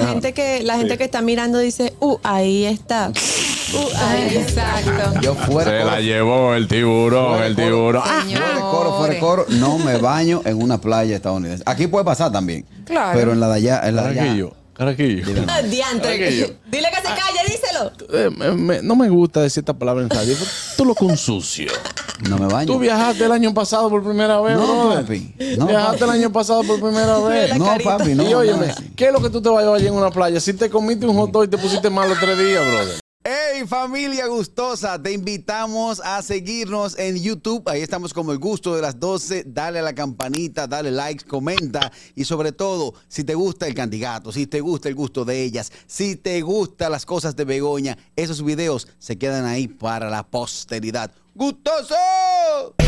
La gente que, la gente que está mirando dice, uh, ahí está. Uh, ahí está. Exacto. Yo fuera de Se coro, la llevó el tiburón, Fuera el de coro. tiburón. Ah, fuera de coro, fuera de coro, no me baño en una playa estadounidense. Aquí puede pasar también. Claro. Pero en la de allá, en la de allá. Ah, Carajillo, carajillo. Ah, diantre. Aquello. Dile que se Ah. calle, díselo. Eh, me- me- no me gusta decir esta palabra en radio. pero Tú lo consucio. No me baño. Tú viajaste el año pasado por primera vez, No, brother. papi. No, viajaste papi. el año pasado por primera vez. la No, carita. papi, no. y óyeme, no, sí. ¿qué es lo que tú te vas a llevar allí en una playa? Si te comiste un hot dog y te pusiste malo tres días, brother. Hey familia gustosa, te invitamos a seguirnos en YouTube. Ahí estamos como el gusto de las 12. Dale a la campanita, dale like, comenta y sobre todo, si te gusta el candidato, si te gusta el gusto de ellas, si te gustan las cosas de Begoña, esos videos se quedan ahí para la posteridad. ¡Gustoso!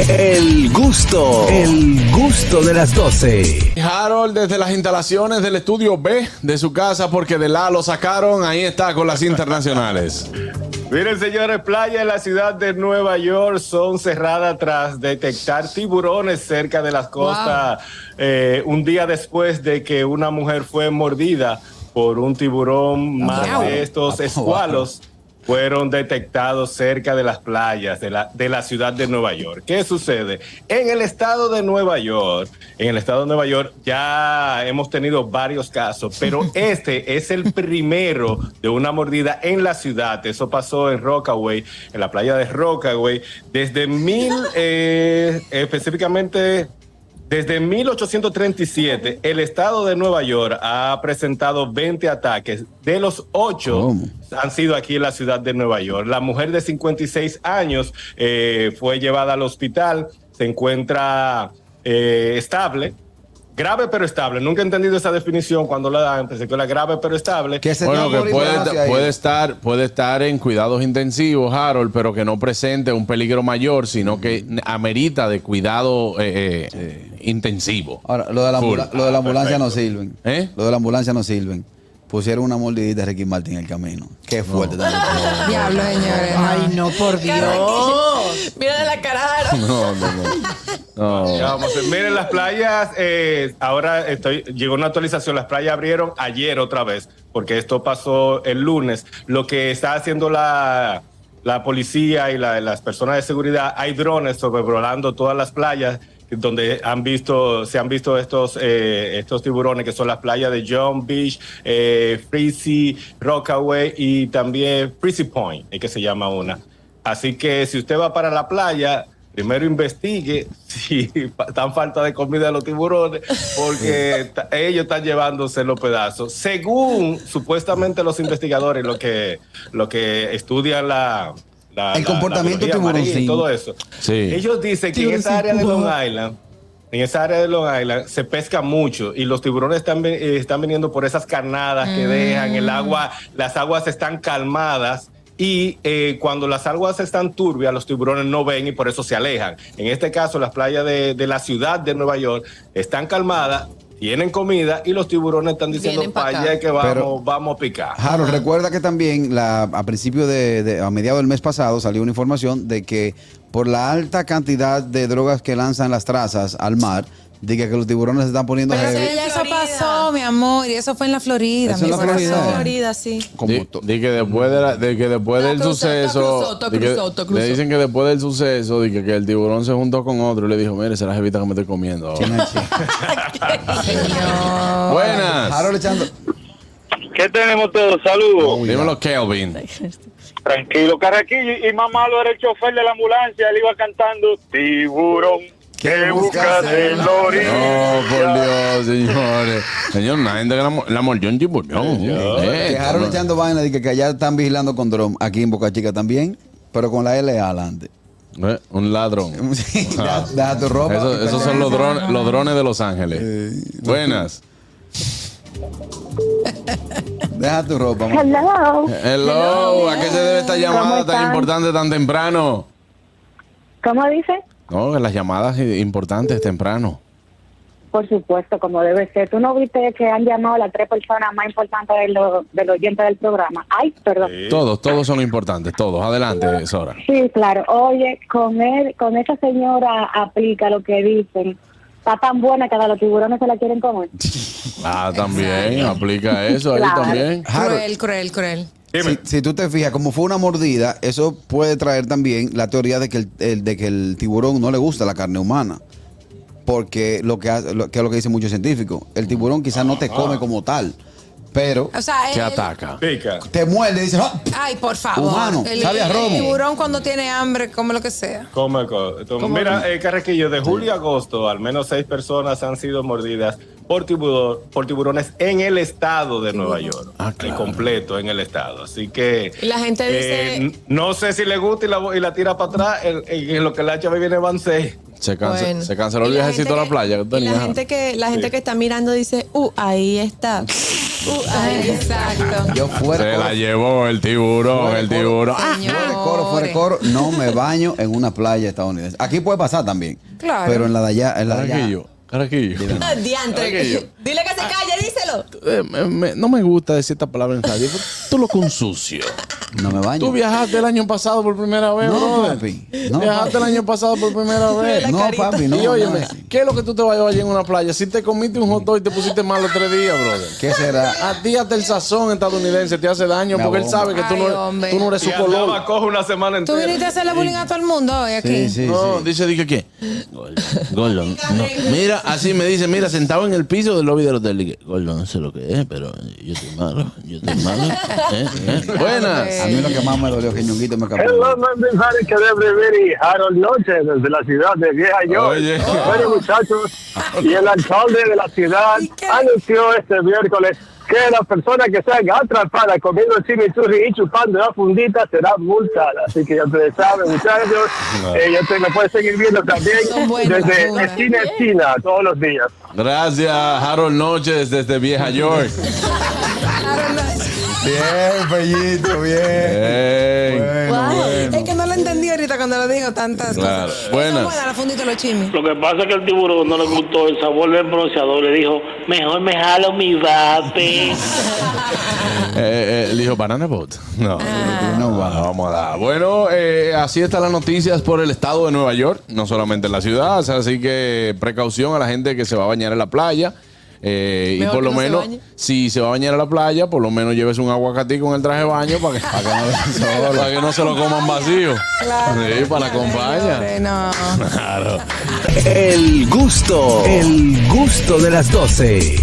El gusto, el gusto de las 12. Harold desde las instalaciones del estudio B de su casa porque de la lo sacaron. Ahí está con las internacionales. Miren, señores, playas en la ciudad de Nueva York son cerradas tras detectar tiburones cerca de las costas eh, un día después de que una mujer fue mordida por un tiburón. Más de estos escualos fueron detectados cerca de las playas de la, de la ciudad de Nueva York. ¿Qué sucede? En el estado de Nueva York, en el estado de Nueva York ya hemos tenido varios casos, pero este es el primero de una mordida en la ciudad. Eso pasó en Rockaway, en la playa de Rockaway, desde mil, eh, específicamente desde 1837, el estado de Nueva York ha presentado 20 ataques. De los 8 ¿Cómo? han sido aquí en la ciudad de Nueva York. La mujer de 56 años eh, fue llevada al hospital, se encuentra eh, estable. Grave pero estable. Nunca he entendido esa definición cuando la dan. Pensé que era grave pero estable. Que se Bueno, que está puede, movilizando hacia ahí. puede estar, puede estar en cuidados intensivos, Harold, pero que no presente un peligro mayor, sino que amerita de cuidado eh, eh, eh, intensivo. Ahora, lo de la, Full. Ah, ambula- lo de la ambulancia no sirven. ¿Eh? Lo de la ambulancia no sirven. Pusieron una mordidita a Ricky Martin en el camino. Qué fuerte también. Diablo, señores. Ay, no, por Dios. Mira de la cara de Harold. No, no, no. No. Ya vamos a hacer. Miren, las playas, eh, ahora estoy, llegó una actualización, las playas abrieron ayer otra vez, porque esto pasó el lunes. Lo que está haciendo la, la policía y la- las personas de seguridad, hay drones sobrevolando todas las playas donde han visto, se han visto estos, eh, estos tiburones, que son las playas de John Beach, eh, Freezy, Rockaway y también Freezy Point, es que se llama una. Así que si usted va para la playa, primero investigue si pa- están falta de comida los tiburones, porque ta- ellos están llevándose los pedazos. Según supuestamente los investigadores, lo que, lo que estudian la... la- El la- comportamiento la biología marina tiburoncín. y todo eso. Sí. Ellos dicen que en esa área de Long Island, en esa área de Long Island se pesca mucho y los tiburones están, ve- eh, están viniendo por esas carnadas que dejan Mm. el agua, las aguas están calmadas y eh, cuando las aguas están turbias los tiburones no ven y por eso se alejan. En este caso las playas de, de la ciudad de Nueva York están calmadas, tienen comida y los tiburones están diciendo Vienen pa' para acá". allá que vamos, Pero- vamos a picar. Harold, recuerda que también la, a principio de, de- a mediados del mes pasado salió una información de que por la alta cantidad de drogas que lanzan las trazas al mar, de que, que los tiburones se están poniendo Pero heavy. en la Pues eso Florida. pasó, mi amor, y eso fue en la Florida. Eso en mi la corazón. Florida. Florida, sí. Di, como to- di que después, de la- de que después Te del cruzó, te suceso. cruzó, te di que- cruzó, te cruzó. Le dicen que después del suceso, di que, que el tiburón se juntó con otro y le dijo: Mire, será jevita que me estoy comiendo. ahora". Buenas. Harold echando. ¿Qué tenemos todos? Saludos. Dímelo, Kelvin. Tranquilo, Carraquillo. Y más malo era el chofer de la ambulancia. Él iba cantando Tiburón. ¿Qué ¿Qué buscas buscas en la No, orilla? por Dios, señores. Señor, la gente que la, mo- la mordió un tiburón. Eh, Que Harold toma. echando vaina de que, que allá están vigilando con dron, aquí en Boca Chica también, pero con la LA adelante. Eh, un ladrón. Sí, deja, deja tu ropa. Eso- esos son los drones, los drones de Los Ángeles. Buenas. Deja tu ropa. mamá. Hello, Hello, ¿a qué se debe esta llamada ¿Cómo tan están? importante tan temprano? ¿cómo dice? No, las llamadas i- importantes temprano. Por supuesto, como debe ser. ¿Tú no viste que han llamado a las tres personas más importantes de lo- del oyente del programa? Ay, perdón. Sí. Todos, todos son importantes, todos. Adelante, Sora. claro. Oye, con él, con esa señora aplica lo que dicen. Está tan buena que a los tiburones se la quieren comer. Ah, también, aplica eso ahí Claro. también. Harold, Cruel, cruel, cruel. si, si tú te fijas, como fue una mordida, eso puede traer también la teoría de que el, el- de que el tiburón no le gusta la carne humana. Porque lo que, hace- lo, que es lo que dicen muchos científicos, el tiburón quizás no te come como tal, pero O sea, Que el- ataca. Pica. te muerde y dices, "Ah". Ay, por favor. Humano, el, sabe a el romo. tiburón cuando tiene hambre, come lo que sea. Come, co- toma. Mira, eh, Carrequillo, de julio a agosto, al menos seis personas han sido mordidas por, tiburón, por tiburones en el estado de Nueva York. Ah, El claro. completo en el estado. Así que. Y la gente eh, dice- n- no sé si le gusta y la, y la tira para atrás. En, en lo que la chava viene van seis. Se, cance- Bueno. se canceló Y el la viajecito gente a la playa que y tú tenías. La gente que, la gente Sí. que está mirando dice, uh, ahí está. Uh, ahí exacto. yo fuera se de la coro, llevó el tiburón, Fuera el de tiburón. Ah, fuera de coro, fuera de coro, no me baño en una playa estadounidense. Aquí puede pasar también. Claro. Pero en la de allá, en la de allá. Ah, Carajillo, carajillo. Ah, diantre. Aquello. Dile que se Ah. calle, díselo. Eh, me- me- no me gusta decir esta palabra en radio. pero Tú lo consucio. No me baño. Tú viajaste el año pasado por primera vez, No, brother. papi. No, viajaste papi. el año pasado por primera vez. No, papi, no. y óyeme, no. ¿qué es lo que tú te vas a llevar allí en una playa? Si te comiste un hot dog y te pusiste mal los tres días, brother. ¿Qué será? A ti hasta el sazón estadounidense te hace daño Una porque él bomba. sabe que tú Ay, no, hombre. tú no eres Y su andaba color. coge una semana Tú entera. viniste a hacerle bullying a todo el mundo hoy aquí. Sí, sí, No, sí. dice, dije, ¿qué? Gordo, gordo, no. Mira, así me dice, mira, sentado en el piso del lobby del hotel. Dije, Gordo, no sé lo que es, pero yo estoy malo, yo estoy malo. Eh, eh. Buenas. A mí lo que más me dolió es que Ñonguito me Hello, escapó. my name is Harry Cadebrever y Harold Noche desde la ciudad de Vieja York. Oye. Bueno, muchachos, y el alcalde de la ciudad ¿Y qué? anunció este miércoles que las personas que sean atrapadas comiendo chimichurri y chupando la fundita serán multadas. Así que ya ustedes saben, muchachos, eh, ya ustedes me pueden seguir viendo también Son buenas, desde son buenas. esquina a esquina todos los días. Gracias, Harold Noches desde Vieja York. Claro, no- Bien, Pellito, bien. Ey, Es que no lo entendí ahorita cuando lo digo tantas Claro. cosas. Buenas. Son buenas, la fundita y los chimis. Lo que pasa es que el tiburón no le gustó el sabor del bronceador. Le dijo, mejor me jalo mi vape. eh, eh, él dijo, banana boat. No, No, Ah. no va. vamos a dar. Bueno, eh, así están las noticias por el estado de Nueva York, no solamente en la ciudad. o sea, así que precaución a la gente que se va a bañar en la playa. Eh, y Mejor por que lo no se menos, bañe. si se va a bañar a la playa, por lo menos lleves un aguacatico en el traje de baño para que, para que no se lo coman vacío. Sí, para la compañía. Señores, No. El gusto, el gusto de las doce.